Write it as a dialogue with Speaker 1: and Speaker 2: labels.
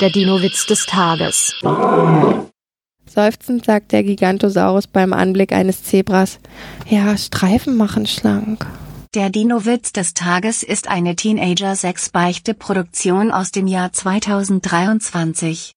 Speaker 1: Der Dino-Witz des Tages.
Speaker 2: Seufzend sagt der Gigantosaurus beim Anblick eines Zebras, ja, Streifen machen schlank.
Speaker 3: Der Dino-Witz des Tages ist eine Teenager-6-Beichte-Produktion aus dem Jahr 2023.